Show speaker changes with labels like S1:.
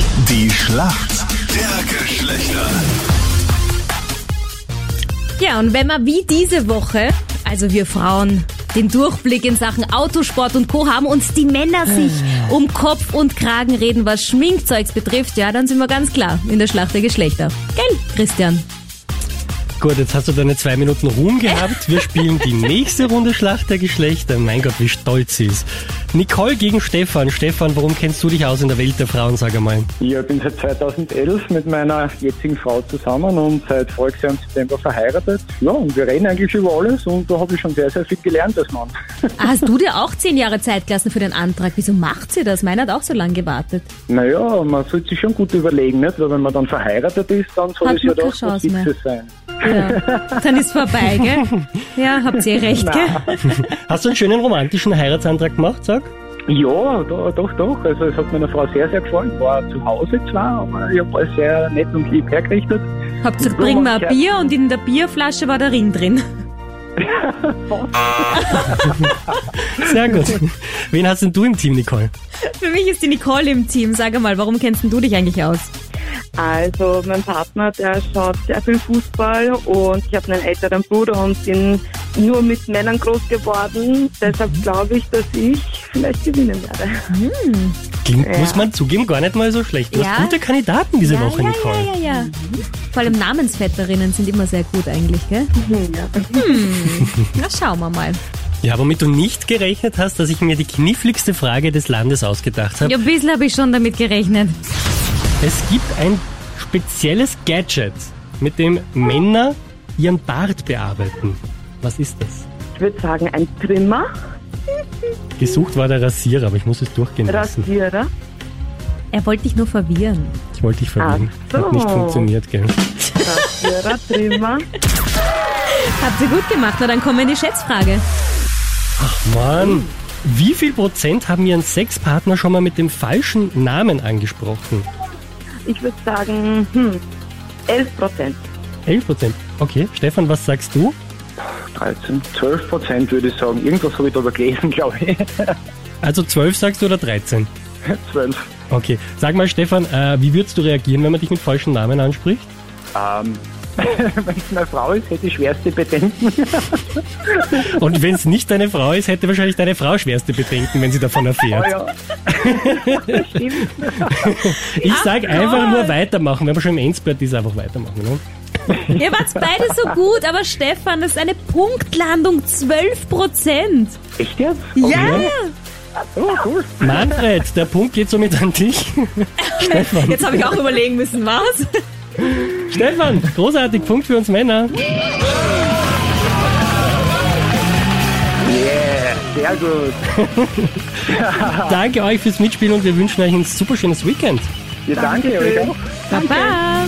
S1: Die Schlacht der Geschlechter.
S2: Ja, und wenn wir wie diese Woche, also wir Frauen, den Durchblick in Sachen Autosport und Co. haben und die Männer sich um Kopf und Kragen reden, was Schminkzeugs betrifft, ja, dann sind wir ganz klar in der Schlacht der Geschlechter. Gell, Christian?
S3: Gut, jetzt hast du deine zwei Minuten Ruhm gehabt. Wir spielen die nächste Runde Schlacht der Geschlechter. Mein Gott, wie stolz sie ist. Nicole gegen Stefan. Stefan, warum kennst du dich aus in der Welt der Frauen, sag einmal?
S4: Ich bin seit 2011 mit meiner jetzigen Frau zusammen und seit Volksjahr im September verheiratet. Ja, und wir reden eigentlich über alles und da habe ich schon sehr, sehr viel gelernt als Mann.
S2: Ah, Hast du dir auch zehn Jahre Zeit gelassen für den Antrag? Wieso macht sie das? Meiner hat auch so lange gewartet.
S4: Naja, man sollte sich schon gut überlegen, nicht? weil wenn man dann verheiratet ist, dann soll
S2: Hat
S4: es ja
S2: man keine
S4: doch was
S2: Chance mehr.
S4: Fixes sein.
S2: Ja. Dann ist vorbei, gell? Ja, habt ihr recht, gell?
S3: Hast du einen schönen romantischen Heiratsantrag gemacht, sag?
S4: Ja, doch, doch, doch. Also es hat meiner Frau sehr, sehr gefallen. War zu Hause zwar, aber ich habe alles sehr nett und lieb hergerichtet.
S2: Habt gesagt, bring mal ein Bier und in der Bierflasche war der Ring drin.
S3: Sehr gut. Wen hast denn du im Team, Nicole?
S2: Für mich ist die Nicole im Team. Sag mal, warum kennst denn du dich eigentlich aus?
S5: Also mein Partner, der schaut sehr viel Fußball und ich habe einen älteren Bruder und bin nur mit Männern groß geworden. Deshalb glaube ich, dass ich vielleicht gewinnen werde.
S3: Klingt,
S5: Ja.
S3: muss man zugeben, gar nicht mal so schlecht. Du hast
S2: Ja.
S3: gute Kandidaten diese
S2: ja,
S3: Woche,
S2: ja,
S3: Nicole.
S2: ja, ja, ja. Vor allem Namensvetterinnen sind immer sehr gut eigentlich, gell? Hm.
S5: Ja.
S2: Na, schauen wir mal.
S3: Ja, womit du nicht gerechnet hast, dass ich mir die kniffligste Frage des Landes ausgedacht habe.
S2: Ja, ein bisschen habe ich schon damit gerechnet.
S3: Es gibt ein spezielles Gadget, mit dem Männer ihren Bart bearbeiten. Was ist das?
S5: Ich würde sagen, ein Trimmer,
S3: Gesucht war der Rasierer, aber ich muss es durchgehen lassen.
S5: Rasierer.
S2: Er wollte dich nur verwirren.
S3: Ich wollte dich verwirren.
S5: Ach so.
S3: Hat nicht funktioniert, gell?
S5: Rasierer, Trimmer.
S2: Habt ihr gut gemacht, na dann kommen wir in die Schätzfrage.
S3: Mann, wie viel Prozent haben ihren Sexpartner schon mal mit dem falschen Namen angesprochen?
S5: Ich würde sagen, hm, 11 Prozent.
S3: 11 Prozent. Okay, Stefan, was sagst du?
S4: 13, 12 Prozent würde ich sagen. Irgendwas habe ich darüber gelesen, glaube ich.
S3: Also 12 sagst du oder 13?
S4: 12.
S3: Okay, sag mal Stefan, äh, wie würdest du reagieren, wenn man dich mit falschen Namen anspricht?
S4: Ähm, wenn es meine Frau ist, hätte ich schwerste Bedenken.
S3: Und wenn es nicht deine Frau ist, hätte wahrscheinlich deine Frau schwerste Bedenken, wenn sie davon erfährt. Ich sag einfach nur weitermachen. Wenn wir schon im Endspurt ist, einfach weitermachen. Ne?
S2: Ihr wart beide so gut, aber Stefan, das ist eine Punktlandung, 12 Prozent.
S4: Echt jetzt?
S2: Ja!
S4: Oh, cool.
S3: Manfred, der Punkt geht somit an dich.
S2: Jetzt habe ich auch überlegen müssen, was?
S3: Stefan, großartig, Punkt für uns Männer.
S4: Sehr gut.
S3: Danke euch fürs Mitspielen und wir wünschen euch ein super schönes Weekend.
S4: Ja, danke, euch auch.
S2: Baba!